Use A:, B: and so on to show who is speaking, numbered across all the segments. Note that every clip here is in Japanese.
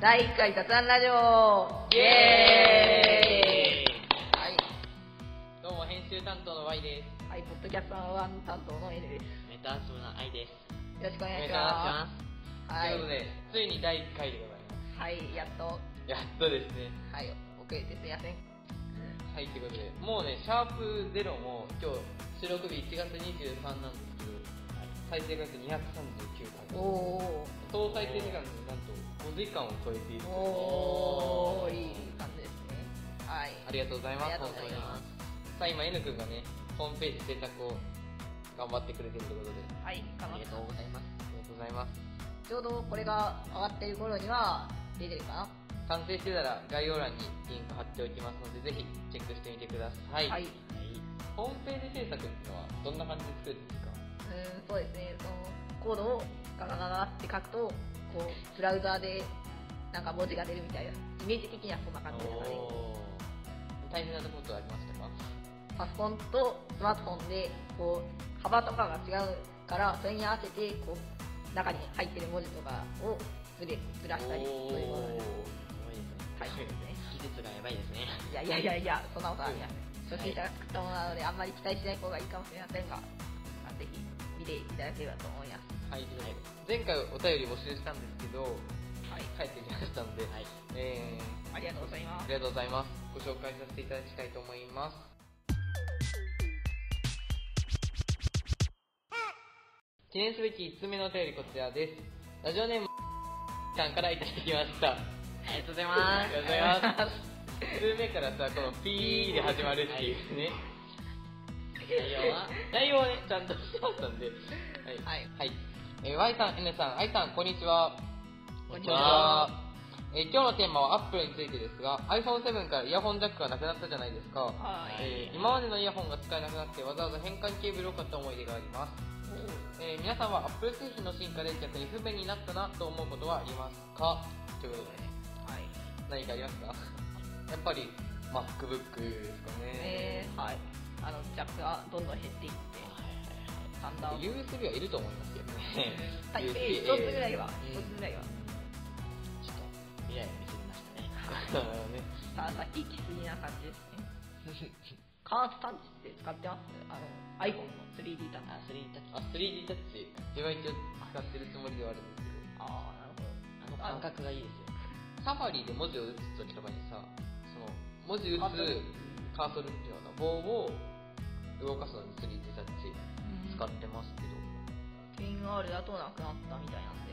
A: 第1回雑談ラジオ
B: イエ
A: はい、
B: ーイどうも編集担当の Y です
A: はい、ポッドキャストワン担当の N です
B: メタアスムの I です
A: よろしくお願いしま
B: ま
A: すすはい
B: ということでついに第1回でござい
A: はい、やっと
B: ますやっとですね
A: はい、遅れてすいません
B: はいということでもうねシャープゼロも今日収録日1月23なんですけど再生回数239回
A: お
B: 総再生時間なんと5時間を超えている
A: ーおーいい感じですねはい
B: ありがとうございます
A: ありがとうございます
B: 本当にさあ今 N 君がねホームページ制作を頑張ってくれてるということで
A: はい、頑張って
B: ございますありがとうございます
A: ちょうどこれが上がってる頃には出てるか
B: 完成してたら概要欄にリンク貼っておきますのでぜひチェックしてみてくださ、
A: ないはい、
B: ホームページ制作っていうのはどんな感じで作るんですか
A: うんそうですねそのコードをガガガガって書くとこうブラウザーでなんか文字が出るみたいなイメージ的にはそんな感じですかね
B: ー大変なとことありましたか
A: パソコンとスマートフォンでこう幅とかが違うからそれに合わせてこう中に入ってる文字とかをずれずらしたりそういうものです
B: ごいですね技術がやばいですね
A: いやいやいやいやそんなことはありません初心者が作ったものなのであんまり期待しない方がいいかもしれませんがまあぜひ見ていただければと思います
B: はい、前回お便り募集したんですけ
A: は
B: ど
A: い
B: 帰ってきましたので、えー
A: ありがとうございます
B: ありがとうございますご紹介させていただきたいと思います記念すべき1つ目のお便りこちらですラジオネームさんからいただきました
C: ありがとうござい
B: ありが
C: ます。
B: とうございます1通目からさこのピーで始まるっていうね
C: 内容
B: 内容は
C: は
B: ねちゃんとしてましたんではい、
A: はい
B: はいえー Y さん N さん I さんこんにちは
A: こんに
C: ちは
B: えー今日のテーマは Apple についてですが iPhone7 からイヤホンジャックがなくなったじゃないですか、
A: はい
B: えー今までのイヤホンが使えなくなってわざわざ変換ケーブルを買った思い出があります、えー皆さんは Apple 製品の進化で逆に不便になったなと思うことはありますかということで
A: はい
B: 何かありますか やっぱり MacBook ですかね、
A: えーはいあのジャックがどんどん減っていってサンダー
B: USB はいると思いますけどね
A: はい、一
B: USB
A: つぐらいは、
B: うん
A: 一つぐらいは。
C: ちょっと未来を見せましたね。
B: そうだね
A: さあ、さっき行き過ぎな感じですね。カースタッチって使ってますあの、iPhone の 3D タッチ。
C: あ、それに
B: あ 3D タッチ自分は一応使ってるつもりではあるんですけ
A: ああ、なる
C: あの感覚がいいですよ。
B: どサファリで文字を打つ時とかにさその文字打
A: カーソル
B: つカーソルっていうような棒を動かすのに 3D タッチ
A: ほ
B: 使
A: ど。
B: ってますけど、
A: VR だとなくなったみたいなんで、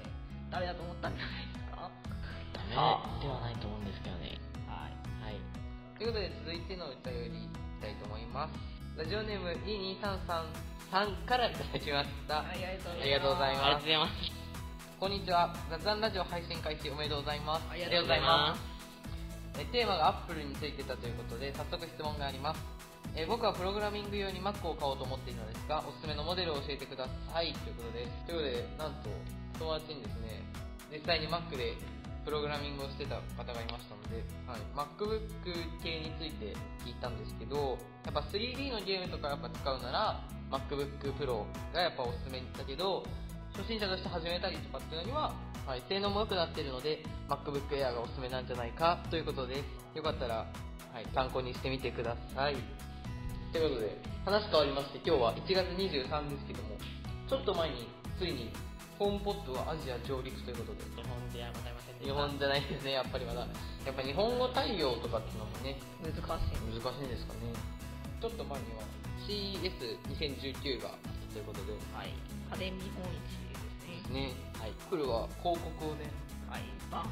A: 誰だと思ったんじゃないですか
C: ダメ
B: あ
C: ではないと思うんですけどね。
A: はい。
C: はい。
B: ということで続いてのお便りいきたいと思いますラジオネーム E2333 さんからいただきました、
A: はい、ありがとうございます。
B: ありがとうございま
C: ありがとうございます。
B: こんにちは雑談ラジオ配信開始おめでとうございます
A: ありがとうござい
C: ま。
B: えテーマが Apple についてたということで早速質問がありますえ僕はプログラミング用に Mac を買おうと思っているのですがおすすめのモデルを教えてくださいということですということでなんと友達にですね実際に Mac でプログラミングをしてた方がいましたので、はい、MacBook 系について聞いたんですけどやっぱ 3D のゲームとかやっぱ使うなら MacBookPro がやっぱおすすめだけど初心者として始めたりとかっていうのには、はい、性能も良くなってるので MacBook Air がおすすめなんじゃないかということですよかったら、はい、参考にしてみてくださいということで話変わりまして今日は1月23ですけどもちょっと前についにホームポッドはアジア上陸ということです
C: 日本ではございませんで
B: 日本じゃないですねやっぱりまだやっぱ日本語対応とかっていうのもね
A: 難しい。
B: 難しいんですかねちょっと前には CS2019 があったということで
A: はい。家電見本市ですね。
B: ねはい来るは広告をね
A: はい。バーン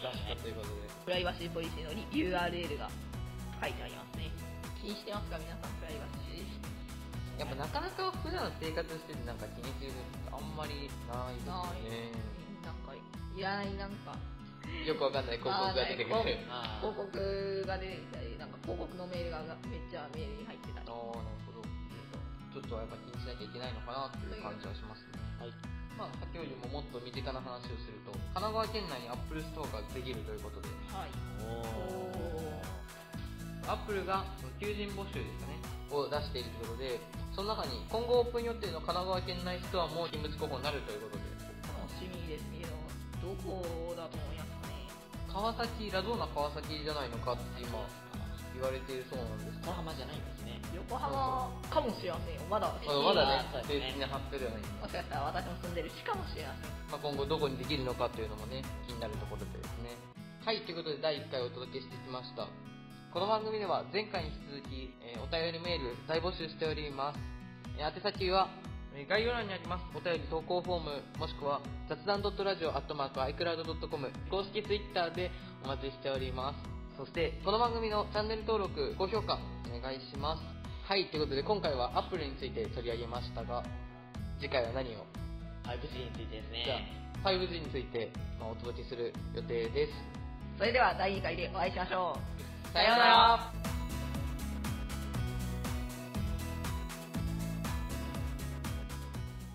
A: と。
B: 出したということで
A: プライバシーポリシーの URL が書いてありますね。気にしてますか皆さん、プライバシー。
B: やっぱなかなか普段生活しててなんか気にすることってあんまりないですよ
A: なんかいらないなんか
B: ねよくわかんない広告が出てく
A: あーな
B: る
A: い
C: あ
A: 広告が出てきたりなんか広告のメールがめっちゃメールに入ってたり
B: あーなるほどちょっとはやっぱ気にしなきゃいけないのかなっていう感じはしますね
C: はい
B: まあ先ほどよりももっと身近な話をすると神奈川県内にアップルストアができるということで
A: はい
C: お
A: お
C: お。
B: アップルが求人募集ですかねを出しているということでその中に今後オープン予定の神奈川県内ストアも人物候補になるということで
A: 楽しみですけどどこだと思いますかね
B: 川崎ラドーナ川崎じゃないのかって今
C: あ
B: 言われているそうなんです
C: 横浜じゃないんですね。
A: 横浜かもしれませんよまだ
B: まあまだね
C: そうで
B: 正
C: すね
B: 式な発表ではないんで
A: もしかしたら私も住んでるしかもしれません
B: まあ、今後どこにできるのかというのもね気になるところですねはいということで第1回お届けしてきましたこの番組では前回に引き続き、えーお便りメール大募集しております、えー宛先はえー概要欄にありますお便り投稿フォームもしくは雑談 .radio.icloud.com 公式 Twitter でお待ちしておりますそしてこの番組のチャンネル登録高評価お願いしますはいということで今回はアップルについて取り上げましたが次回は何を
C: アイブジについてです
B: じゃ
C: ね。
B: あ 5G について、まあ、お届けする予定です。
A: それでは第2回でお会いしましょう
B: さようなら